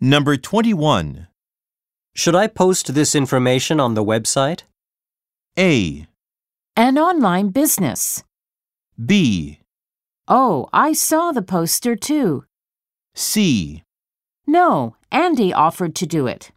Number 21. Should I post this information on the website? A. An online business. B. Oh, I saw the poster too. C. No, Andy offered to do it.